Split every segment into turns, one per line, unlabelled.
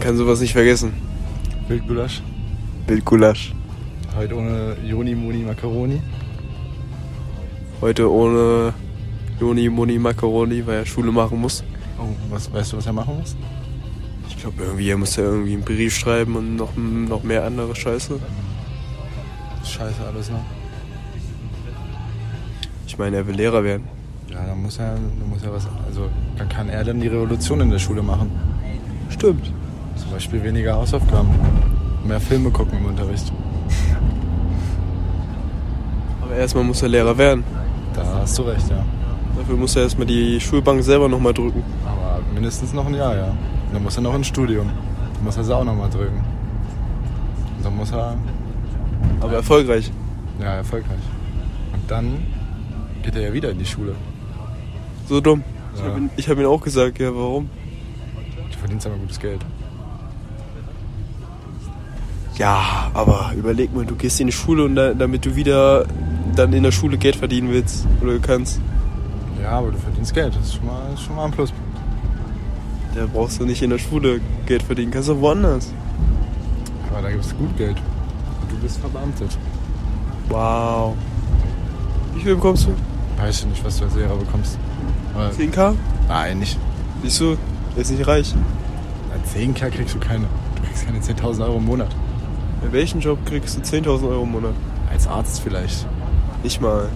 Kann sowas nicht vergessen.
Wildgulasch.
Wildgulasch.
Heute ohne Joni, Moni, Macaroni.
Heute ohne Joni, Moni, Macaroni, weil er Schule machen muss.
Oh, was, weißt du, was er machen muss?
Ich glaube, irgendwie, er muss ja irgendwie einen Brief schreiben und noch, noch mehr andere Scheiße.
Scheiße, alles, ne?
Ich meine, er will Lehrer werden.
Ja, dann muss er, dann muss er was. Also, dann kann er dann die Revolution in der Schule machen.
Stimmt.
Zum Beispiel weniger Hausaufgaben. Mehr Filme gucken im Unterricht.
Aber erstmal muss er Lehrer werden.
Da hast du recht, ja.
Dafür muss er erstmal die Schulbank selber nochmal drücken.
Aber mindestens noch ein Jahr, ja. Und dann muss er noch ins Studium. Dann muss er sie auch nochmal drücken. Und dann muss er,
Aber erfolgreich.
ja, erfolgreich. Und dann geht er ja wieder in die Schule.
So dumm. Ich
Ja.
habe ihn, ich hab ihn auch gesagt, ja, warum?
Du verdienst aber gutes Geld.
Ja, aber überleg mal, du gehst in die Schule und da, damit du wieder dann in der Schule Geld verdienen willst oder kannst.
Ja, aber du verdienst Geld. Das ist schon mal, schon mal ein Pluspunkt.
Da brauchst du nicht in der Schule Geld verdienen, kannst du woanders.
Aber da gibt es gut Geld. Und du bist verbeamtet.
Wow. Wie viel bekommst du?
Weiß ich nicht, was du als Lehrer bekommst. Aber,
10k?
nein, nicht.
Siehst du, er ist nicht reich.
Als 10k kriegst du keine. Du kriegst keine 10.000 Euro im Monat.
In welchen Job kriegst du 10.000 Euro im Monat?
Als Arzt vielleicht.
Nicht mal.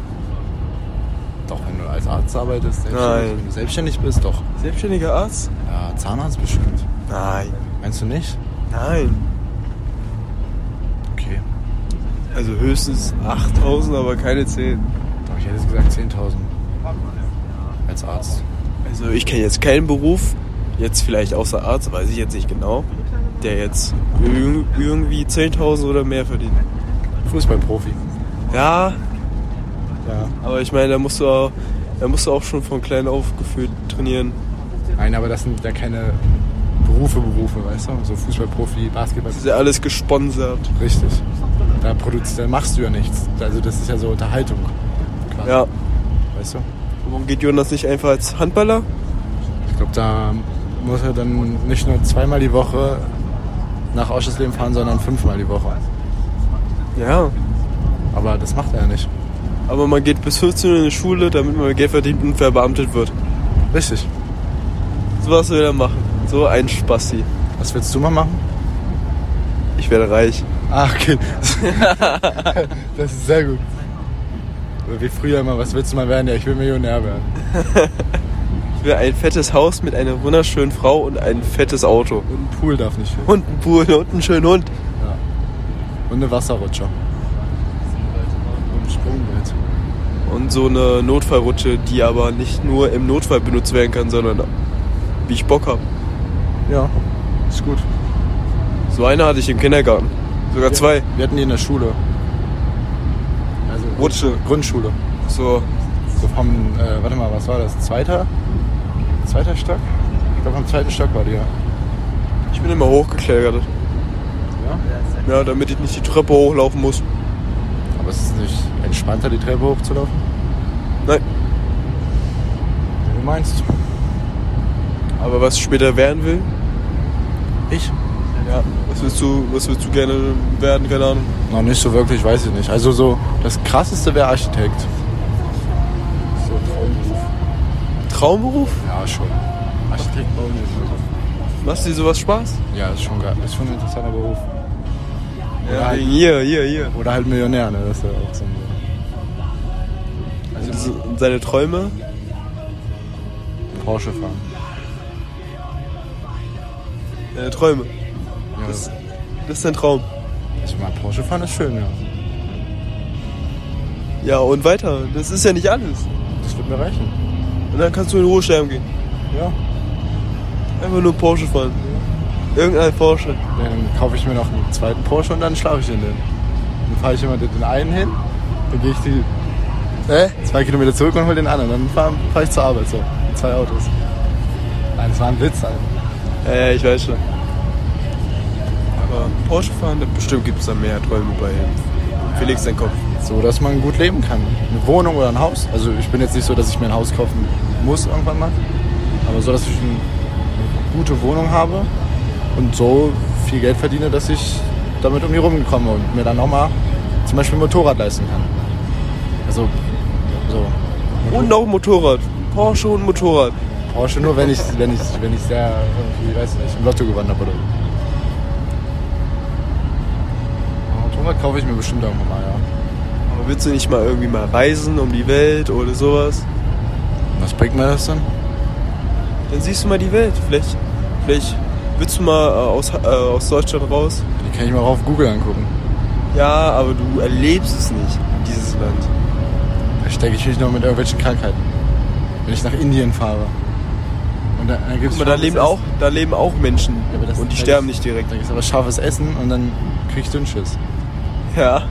Doch, wenn du als Arzt arbeitest, selbstständig,
Nein.
wenn du selbstständig bist, doch.
Selbstständiger Arzt?
Ja, Zahnarzt bestimmt.
Nein.
Meinst du nicht?
Nein.
Okay.
Also höchstens 8.000, aber keine 10.
Doch, ich hätte jetzt gesagt 10.000. Als Arzt.
Also ich kenne jetzt keinen Beruf, jetzt vielleicht außer Arzt, weiß ich jetzt nicht genau, der jetzt irg- irgendwie 10.000 oder mehr verdient.
Fußballprofi.
Ja,
Ja.
aber ich meine, da musst du auch, da musst du auch schon von klein auf gefühlt trainieren.
Nein, aber das sind ja keine Berufe, Berufe, weißt du? So Fußballprofi, Basketball.
Das ist ja alles gesponsert.
Richtig. Da, produzierst, da machst du ja nichts. Also das ist ja so Unterhaltung. Quasi,
Ja.
Weißt du?
Warum geht Jonas nicht einfach als Handballer?
Ich glaube, da muss er dann nicht nur zweimal die Woche nach Ausschussleben fahren, sondern fünfmal die Woche.
Ja.
Aber das macht er ja nicht.
Aber man geht bis 15 Uhr in die Schule, damit man Geld verdient und verbeamtet wird.
Richtig.
So was will er machen. So ein Spassi.
Was willst du mal machen?
Ich werde reich.
Ah, okay. das ist sehr gut. Oder Wie früher immer, was willst du mal werden? Ja, ich will Millionär werden.
Ich will ein fettes Haus mit einer wunderschönen Frau und ein fettes Auto.
Und ein Pool darf nicht fehlen.
Und einen Pool und einen schönen Hund.
Ja. Und eine Wasserrutsche. Und ein Sprungbrett.
Und so eine Notfallrutsche, die aber nicht nur im Notfall benutzt werden kann, sondern wie ich Bock habe.
Ja, ist gut.
So eine hatte ich im Kindergarten. Sogar zwei.
Wir hatten die in der Schule. Also
Rutsche.
Grundschule.
So,
So vom, äh, warte mal, was war das? Zweiter? Zweiter Stock? Ich glaube, am zweiten Stock war die, ja.
ich bin immer hochgeklettert.
ja.
Ja, damit ich nicht die Treppe hochlaufen muss.
Aber es ist nicht entspannter, die Treppe hochzulaufen?
Nein.
Wie du meinst?
Aber was ich später werden will?
Ich?
Ja. Was willst du, was willst du gerne werden? Keine Ahnung.
Noch nicht so wirklich, weiß ich nicht. Also so, das krasseste wäre Architekt. So ein Traumberuf.
Traumberuf?
Ja, schon. Architekt bauen
Macht dir sowas Spaß?
Ja, ist schon geil. Ist schon ein interessanter Beruf.
Ja,
halt-
hier, hier, hier.
Oder halt Millionär, ne? Das ist ja auch so ein.
Und so- und seine Träume?
Porsche fahren.
Seine Träume.
Ja,
Das, das ist dein Traum.
ich meine, Porsche fahren ist schön, ja.
Ja, und weiter. Das ist ja nicht alles.
Das wird mir reichen.
Und dann kannst du in den Ruhestand gehen.
Ja.
Einfach nur Porsche fahren. Irgendein Porsche.
Dann kaufe ich mir noch einen zweiten Porsche und dann schlafe ich in den. Dann fahre ich immer den einen hin, dann gehe ich die äh, zwei Kilometer zurück und hole den anderen. Dann fahre fahr ich zur Arbeit so. Mit zwei Autos. Nein, das war ein Witz. Alter.
Ja, ja, ich weiß schon. Aber Porsche fahren, da- bestimmt gibt es da mehr Träume bei Felix dein Kopf.
So, dass man gut leben kann. Eine Wohnung oder ein Haus. Also ich bin jetzt nicht so, dass ich mir ein Haus kaufen muss irgendwann mal. Aber so, dass ich ein, eine gute Wohnung habe, und so viel Geld verdiene, dass ich damit um die rumkomme und mir dann nochmal zum Beispiel ein Motorrad leisten kann. Also, so.
Und auch ein Motorrad. Porsche und Motorrad.
Porsche nur, wenn ich, wenn ich, wenn ich sehr, irgendwie, weiß nicht, im Lotto gewonnen habe oder so. Ein Motorrad kaufe ich mir bestimmt irgendwann mal, ja.
Aber willst du nicht mal irgendwie mal reisen um die Welt oder sowas?
Was bringt mir das denn?
Dann siehst du mal die Welt. Vielleicht, vielleicht willst du mal äh, aus, äh, aus Deutschland raus.
Die kann ich mir auch auf Google angucken.
Ja, aber du erlebst es nicht, dieses Land.
Da stecke ich mich noch mit irgendwelchen Krankheiten. Wenn ich nach Indien fahre. Und da, dann gibt's
Guck mal, da
scharfes
leben
Essen.
auch, da leben auch Menschen
Ja, aber das-
und die
da
sterben
gibt's-
nicht direkt.
Da gibt es aber scharfes Essen und dann krieg ich Dünnschiss.
Ja.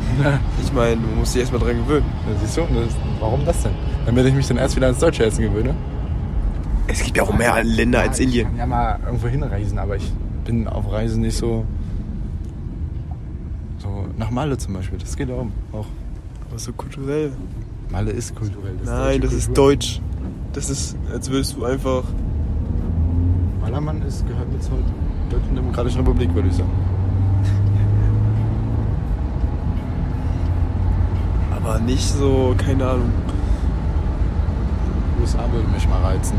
Ich meine, du musst dich erstmal dran gewöhnen.
Ja, siehst du, das, warum das denn? Damit ich mich dann erst wieder ans deutsche Essen gewöhne.
Es gibt ja auch mehr Länder als
Ich kann
Indien.
ja mal irgendwo hinreisen, aber ich bin auf Reisen nicht so. So nach Malle zum Beispiel, das geht auch. auch.
Aber so kulturell.
Malle ist kulturell. ist
Nein, das
deutsche
ist
Kultur.
deutsch. Das ist, als würdest du einfach.
Ballermann ist, gehört jetzt heute Deutschen Demokratischen Republik, würde ich sagen.
Aber nicht so, keine Ahnung.
USA würde mich mal reizen.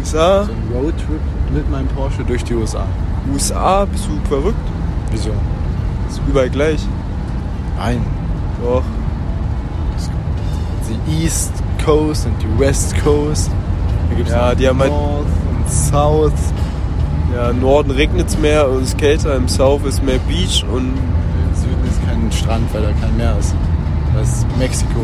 USA?
So ein Roadtrip mit meinem Porsche durch die USA.
USA? Bist du verrückt?
Wieso?
Ist überall gleich.
Nein.
Doch.
Die East Coast und die West Coast. Da gibt's
Ja,
noch
die haben halt-
North und South.
Ja, im Norden regnet es mehr und es ist kälter, im South ist mehr Beach und
Im Süden ist kein Strand, weil da kein Meer ist. Das ist Mexiko.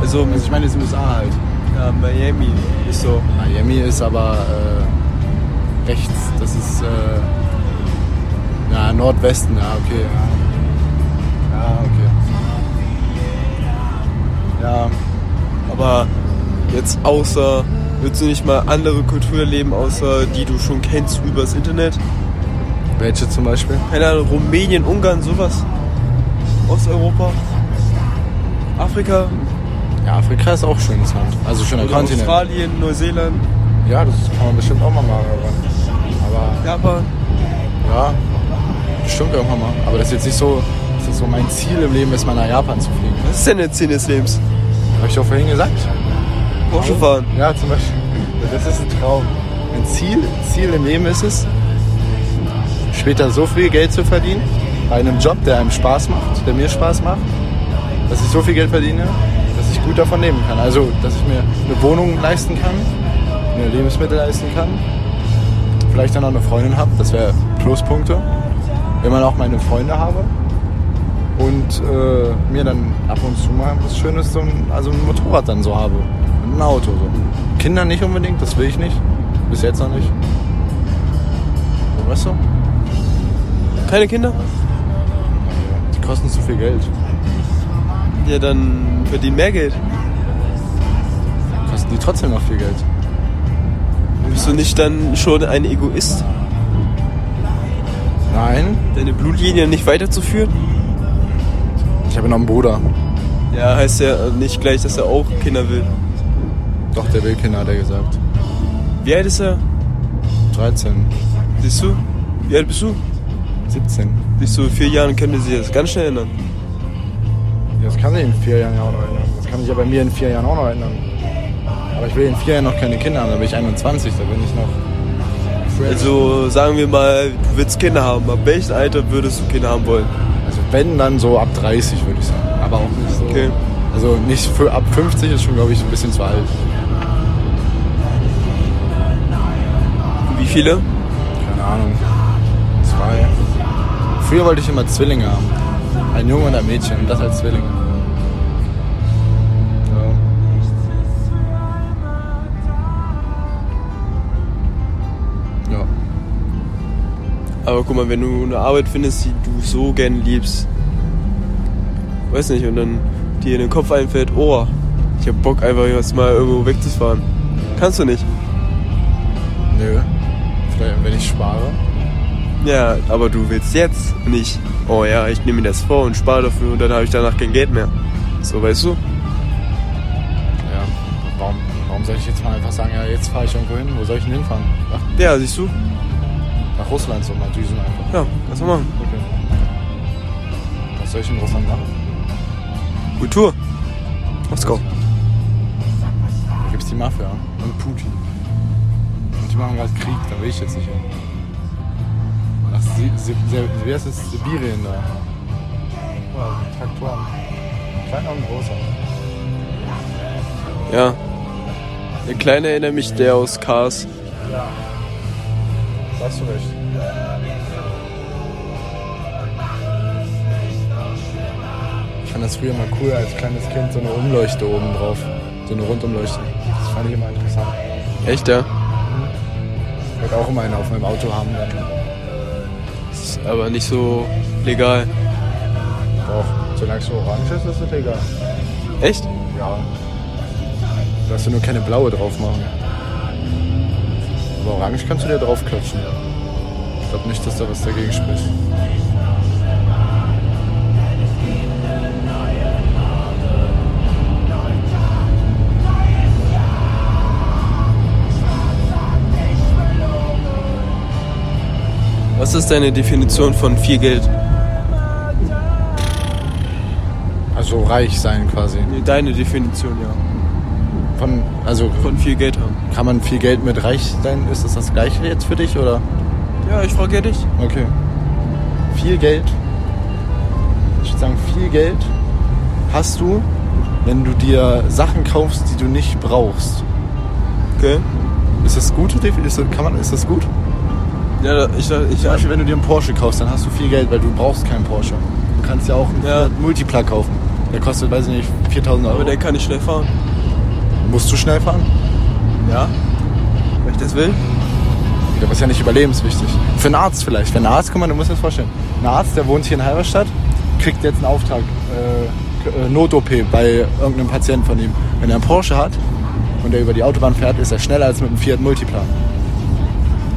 also,
Also ich meine, das ist USA halt.
ja, Miami ist so.
Miami ist aber äh, rechts. Das ist äh, ja, Nordwesten. Ja, okay. Ja, ja okay. Ja,
Aber jetzt außer, willst du nicht mal andere Kultur erleben, außer die du schon kennst übers Internet?
welche zum Beispiel?
Keine Ahnung, Rumänien, Ungarn, sowas. Osteuropa, Afrika,
Ja, Afrika ist auch schönes Land. Also schöner
oder
Kontinent.
Australien, Neuseeland,
Ja, das kann man bestimmt auch mal machen. Aber,
Japan.
aber ja, bestimmt irgendwann mal. Aber das ist jetzt nicht so, das ist so mein Ziel im Leben, ist mal nach Japan zu fliegen.
Was ist denn der Ziel des Lebens?
Habe ich doch vorhin gesagt.
Porsche fahren.
Ja, zum Beispiel. Das ist ein Traum. Ein Ziel, Ziel im Leben ist es, später so viel Geld zu verdienen, bei einem Job, der einem Spaß macht, der mir Spaß macht, dass ich so viel Geld verdiene, dass ich gut davon leben kann. Also, dass ich mir eine Wohnung leisten kann, mir Lebensmittel leisten kann, vielleicht dann auch eine Freundin habe, das wäre Pluspunkte. Immer noch meine Freunde habe und äh, mir dann ab und zu mal was Schönes, so ein, also ein Motorrad dann so habe. Und ein Auto so. Kinder nicht unbedingt, das will ich nicht. Bis jetzt noch nicht. So, weißt du?
Keine Kinder?
Die kosten zu viel Geld.
Ja, dann verdient mehr Geld.
Kosten die trotzdem noch viel Geld.
Bist du nicht dann schon ein Egoist,
Nein,
deine Blutlinie nicht weiterzuführen?
ich habe noch einen Bruder.
Ja, heißt ja nicht gleich, dass er auch Kinder will.
Doch, der will Kinder, hat er gesagt.
Wie alt ist er?
13,
Siehst du? Wie alt bist du?
17.
Siehst du, in vier Jahren könnte sich das ganz schnell ändern.
Das kann sich in vier Jahren ja auch noch ändern. Das kann sich ja bei mir in vier Jahren auch noch ändern. Aber ich will in vier Jahren noch keine Kinder haben, da bin ich 21, da bin ich noch.
Also sagen wir mal, du willst Kinder haben. Ab welchem Alter würdest du Kinder haben wollen?
Also wenn, dann so ab 30, würde ich sagen. Aber auch nicht so.
Okay.
Also nicht für ab 50 ist schon, glaube ich, ein bisschen zu alt.
Wie viele?
Keine Ahnung. Zwei. Früher wollte ich immer Zwillinge haben. Ein Junge und ein Mädchen. Und das als Zwillinge. Ja. Ja.
Aber guck mal, wenn du eine Arbeit findest, die du so gern liebst, weiß nicht, und dann dir in den Kopf einfällt, oh, ich hab Bock einfach jetzt mal irgendwo wegzufahren. Kannst du nicht.
Nö. Vielleicht, wenn ich spare.
Ja, aber du willst jetzt nicht. Oh ja, ich nehme mir das vor und spare dafür und dann habe ich danach kein Geld mehr. So, weißt du?
Ja. Warum, warum soll ich jetzt mal einfach sagen, ja, jetzt fahre ich irgendwo hin? Wo soll ich denn hinfahren? Nach,
Ja, siehst du?
nach Russland so mal düsen einfach.
Ja, kannst du machen.
Okay. Was soll ich in Russland machen?
Kultur. Let's go.
Da gibt's die Mafia und Putin. Und die machen gerade Krieg, da will ich jetzt nicht hin. Nach si si Se- wer ist jetzt Sibirien da? Wow, Traktoren. Kleiner und großer.
Ja. Der Kleine erinnert mich der aus Cars.
Da hast du recht. Ich fand das früher mal cool als kleines Kind, so eine Umleuchte oben drauf. So eine Rundumleuchte. Das fand ich immer interessant.
Echt, ja?
Ich wollte auch immer eine auf meinem Auto haben. Dann.
Ist aber nicht so legal.
Doch, solange es so orange ist, ist das egal.
Echt?
Ja. Darfst du nur keine blaue drauf machen. Aber orange kannst du dir drauf klatschen. Ich glaube nicht, dass da was dagegen spricht.
Was ist deine Definition von viel Geld?
Also reich sein quasi.
Nee, Deine Definition, ja.
Von, also
Von viel Geld haben.
kann man viel Geld mit reich sein? Ist das das gleiche jetzt für dich oder?
Ja, ich frage ja dich.
Okay. Viel Geld. Ich würde sagen, viel Geld hast du, wenn du dir Sachen kaufst, die du nicht brauchst.
Okay.
Ist das gut? Defin- Ist das, kann man, ist das gut?
Ja, da- ich, da- ich,
Zum
ich
Beispiel, wenn du dir einen Porsche kaufst, dann hast du viel Geld, weil du brauchst keinen Porsche. Du kannst ja auch einen
Ja.
Fiat Multipla kaufen. Der kostet, weiß ich nicht, 4000 Euro.
aber der kann nicht schnell fahren.
Musst du schnell fahren?
Ja? Weil ich das will?
Der ist ja nicht überlebenswichtig. Für einen Arzt vielleicht. Für einen Arzt, guck mal, du musst dir das vorstellen. Ein Arzt, der wohnt hier in Halberstadt, kriegt jetzt einen Auftrag, äh, äh, Not-OP bei irgendeinem Patienten von ihm. Wenn er einen Porsche hat und der über die Autobahn fährt, ist er schneller als mit einem Fiat Multipla.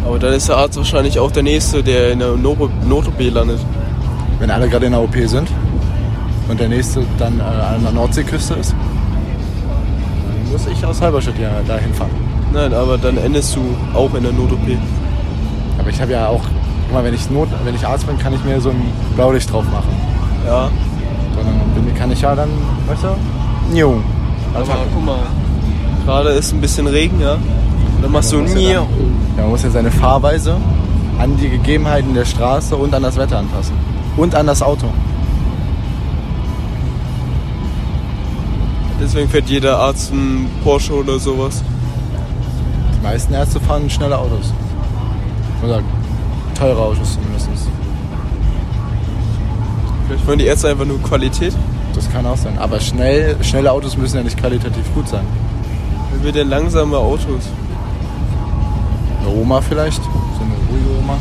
Aber dann ist der Arzt wahrscheinlich auch der Nächste, der in der Not- Not-OP landet.
Wenn alle gerade in der OP sind und der nächste dann äh, an der Nordseeküste ist, dann muss ich aus Halberstadt ja dahin fahren.
Nein, aber dann endest du auch in der Not-OP.
Aber ich habe ja auch, guck mal, wenn ich, Not, wenn ich Arzt bin, kann ich mir so ein Blaulicht drauf machen.
Ja.
Dann bin, kann ich ja dann, weißt du, jung.
Aber guck mal, gerade ist ein bisschen Regen, ja? Und dann machst du
Man muss ja,
mir.
dann, ja, man muss ja seine Fahrweise an die Gegebenheiten der Straße und an das Wetter anpassen. Und an das Auto.
Deswegen fährt jeder Arzt einen Porsche oder sowas.
Die meisten Ärzte fahren schnelle Autos. Oder teure Autos zumindest.
Vielleicht wollen die Ärzte einfach nur Qualität.
Das kann auch sein. Aber schnell, schnelle Autos müssen ja nicht qualitativ gut sein.
Wenn wir denn langsame Autos.
Eine Oma vielleicht, so eine ruhige Oma.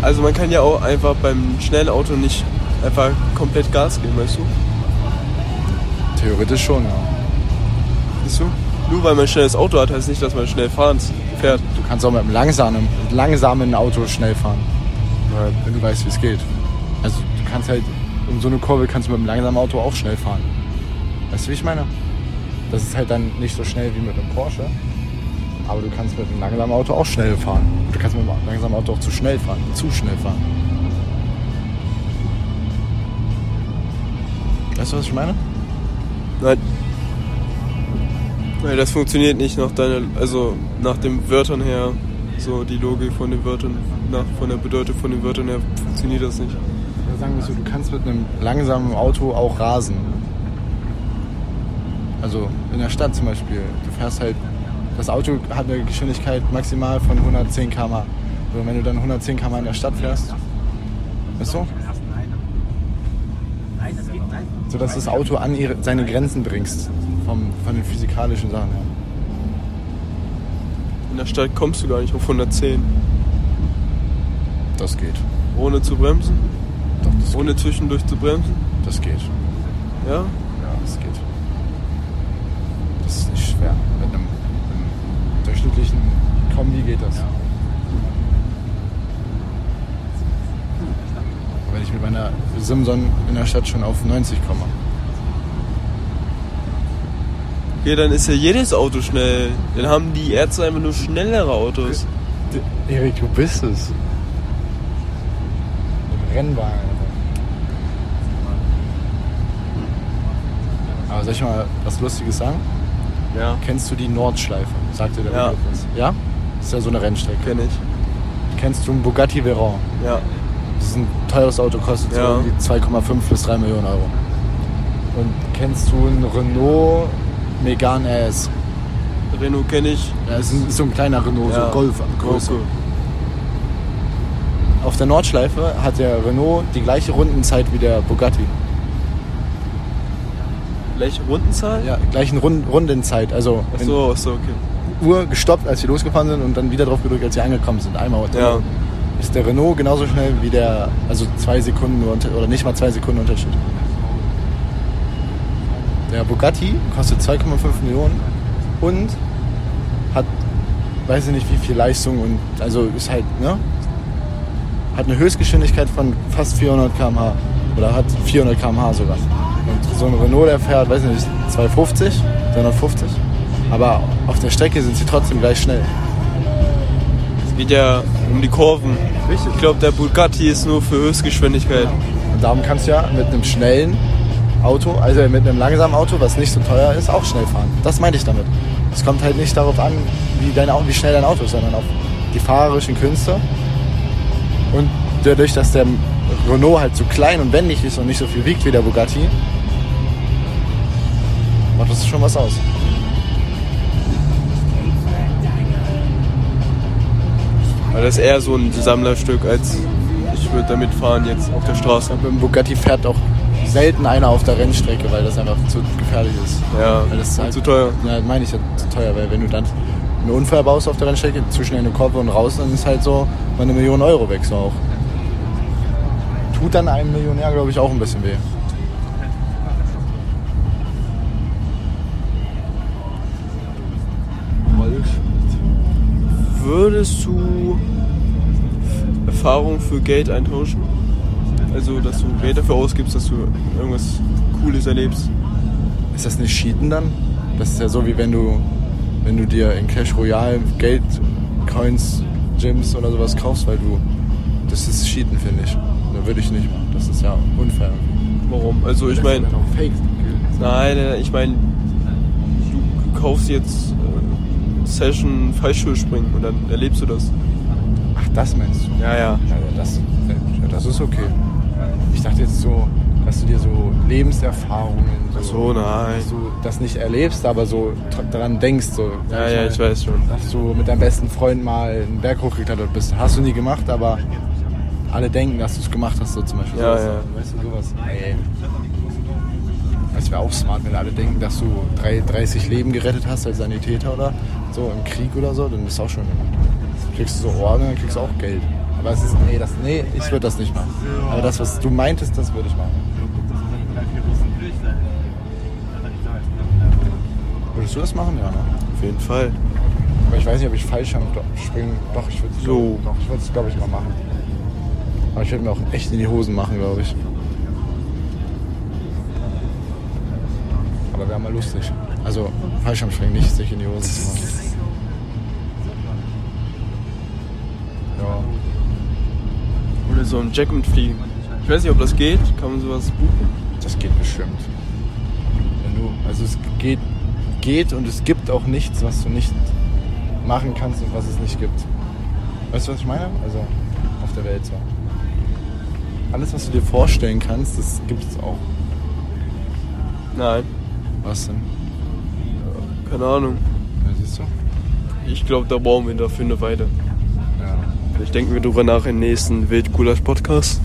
Also man kann ja auch einfach beim schnellen Auto nicht einfach komplett Gas geben, weißt du?
Theoretisch schon, ja.
Siehst du? Nur weil man ein schnelles Auto hat, heißt nicht, dass man schnell fahren fährt.
Du kannst auch mit einem langsamen, mit langsamen Auto schnell fahren. Wenn du weißt, wie es geht. Also du kannst halt, um so eine Kurve kannst du mit einem langsamen Auto auch schnell fahren. Weißt du, wie ich meine? Das ist halt dann nicht so schnell wie mit einem Porsche. Aber du kannst mit einem langsamen Auto auch schnell fahren. Du kannst mit einem langsamen Auto auch zu schnell fahren, zu schnell fahren. Weißt du, was ich meine?
Nein. Weil das funktioniert nicht nach deiner, also nach den Wörtern her, so die Logik von den Wörtern, nach, von der Bedeutung von den Wörtern her funktioniert das nicht.
Oder sagen wir so, du kannst mit einem langsamen Auto auch rasen. Also in der Stadt zum Beispiel. Du fährst halt, das Auto hat eine Geschwindigkeit maximal von 110 km. Also wenn du dann 110 km in der Stadt fährst, weißt du? So dass das Auto an ihre, seine Grenzen bringst. Vom, von den physikalischen Sachen her.
In der Stadt kommst du gar nicht auf 110.
Das geht.
Ohne zu bremsen,
Doch, das,
ohne zwischendurch zu bremsen,
das geht.
ja?
Ja, das geht. Das ist nicht schwer. Mit einem, einem durchschnittlichen Kombi geht das. Aber Wenn ich mit meiner Simson in der Stadt schon auf 90 komme.
Okay, dann ist ja jedes Auto schnell. Dann haben die Ärzte einfach nur schnellere Autos.
D- Erik, du bist es.
Im Rennwagen.
Aber soll ich mal was Lustiges sagen?
Ja.
Kennst du die Nordschleife? Sagt dir der
Ja. Genau.
Begriff was? Ja? Ist ja so eine Rennstrecke.
Kenn ich.
Kennst du einen Bugatti Veyron?
Ja.
Das ist ein teures Auto, kostet
Ja.
so um die 2,5 bis 3 Millionen Euro. Und kennst du einen Renault Megane RS?
Renault kenne ich.
Ja, es ist so ein kleiner Renault, so
Ja.
Golf Größe.
Cool.
Auf der Nordschleife hat der Renault die gleiche Rundenzeit wie der Bugatti.
Welche Rundenzahl?
Ja, gleichen Rund Rundenzeit. Also
Ach
wenn
so, ach so, okay.
Uhr gestoppt, als sie losgefahren sind und dann wieder drauf gedrückt, als sie angekommen sind. Einmal
Ja.
ist der Renault genauso schnell wie der, also zwei Sekunden nur unter, oder nicht mal zwei Sekunden Unterschied. Der Bugatti kostet 2,5 Millionen und hat, weiß ich nicht wie viel Leistung und also ist halt, ne? Hat eine Höchstgeschwindigkeit von fast 400 km/h oder hat 400 km/h sogar. Und so ein Renault, der fährt, weiß ich nicht, 250, 350. Aber auf der Strecke sind sie trotzdem gleich schnell.
Es geht ja um die Kurven.
Richtig.
Ich glaube, der Bugatti ist nur für Höchstgeschwindigkeit.
Und darum kannst du ja mit einem schnellen Auto, also mit einem langsamen Auto, was nicht so teuer ist, auch schnell fahren. Das meinte ich damit. Es kommt halt nicht darauf an, wie, dein, Au- wie schnell dein Auto ist, sondern auf die fahrerischen Künste. Und dadurch, dass der Renault halt so klein und wendig ist und nicht so viel wiegt wie der Bugatti, macht das schon was aus.
Weil das ist eher so ein Sammlerstück, als ich würde damit fahren jetzt auf der Straße.
Mit dem Bugatti fährt auch selten einer auf der Rennstrecke, weil das einfach zu gefährlich ist.
Ja,
Weil das ist halt
zu teuer.
Ja, meine ich ja zu teuer, weil wenn du dann einen Unfall baust auf der Rennstrecke, zu schnell eine Kurve und raus, dann ist halt so mal eine Million Euro weg so auch. Tut dann einem Millionär, glaube ich, auch ein bisschen weh.
Würdest du Erfahrung für Geld eintauschen? Also, dass du Geld dafür ausgibst, dass du irgendwas Cooles erlebst.
Ist das nicht Cheaten dann? Das ist ja so, wie wenn du, wenn du dir in Clash Royale Geld, Coins, Gems oder sowas kaufst, weil du. Das ist Cheaten, finde ich. Da würde ich nicht machen. Das ist ja unfair.
Warum? Also, ich meine,
Das ist dann auch Fake.
nein, nein, ich meine, du kaufst jetzt äh, Session Fallschirmspringen und dann erlebst du das.
Ach, das meinst du?
Ja, ja.
Also das, ja, das ist okay. Ich dachte jetzt so, dass du dir so Lebenserfahrungen
Ach so, nein.
dass du das nicht erlebst, aber so tra- daran denkst. So, sag
Ja, ja,
mal,
ich weiß schon.
Dass du mit deinem besten Freund mal einen Berg hochgeklettert bist. Hast du nie gemacht, aber alle denken, dass du es gemacht hast, so zum Beispiel.
Ja,
sowas.
ja.
Weißt du, sowas. Ey. Das wäre auch smart, wenn alle denken, dass du drei- 30 Leben gerettet hast als Sanitäter oder so im Krieg oder so, dann ist auch schon kriegst du so Orden, dann kriegst du auch Geld. Aber es ist, nee, das, nee ich würde das nicht machen. Aber das, was du meintest, das würde ich machen. Würdest du das machen? Ja, ne?
Auf jeden Fall.
Aber ich weiß nicht, ob ich Fallschirm do- springen. Doch, ich würde es,
So.
doch, ich würde es, glaube ich, mal machen. Aber ich würde mir auch echt in die Hosen machen, glaube ich. Aber wäre mal lustig. Also Fallschirmspringen nicht sich in die Hosen zu machen. Ja.
Oder so ein Jack mitfliegen. Ich weiß nicht, ob das geht. Kann man sowas buchen?
Das geht bestimmt. Wenn du, also es geht, geht und es gibt auch nichts, was du nicht machen kannst und was es nicht gibt. Weißt du, was ich meine? Also auf der Welt so. Alles, was du dir vorstellen kannst, das gibt es auch.
Nein.
Was denn?
Keine Ahnung.
Ja, siehst du?
Ich glaube, da brauchen wir dafür eine Weile.
Ja.
Vielleicht denken wir drüber nach im nächsten Wildgulasch-Podcast.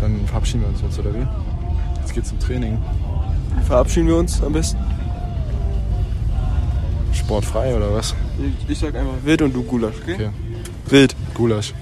Dann verabschieden wir uns jetzt, oder wie? Jetzt geht's zum Training.
Verabschieden wir uns am besten.
Sportfrei oder was?
Ich, ich sag einfach wild und du Gulasch, okay?
Okay.
Wild.
Gulasch.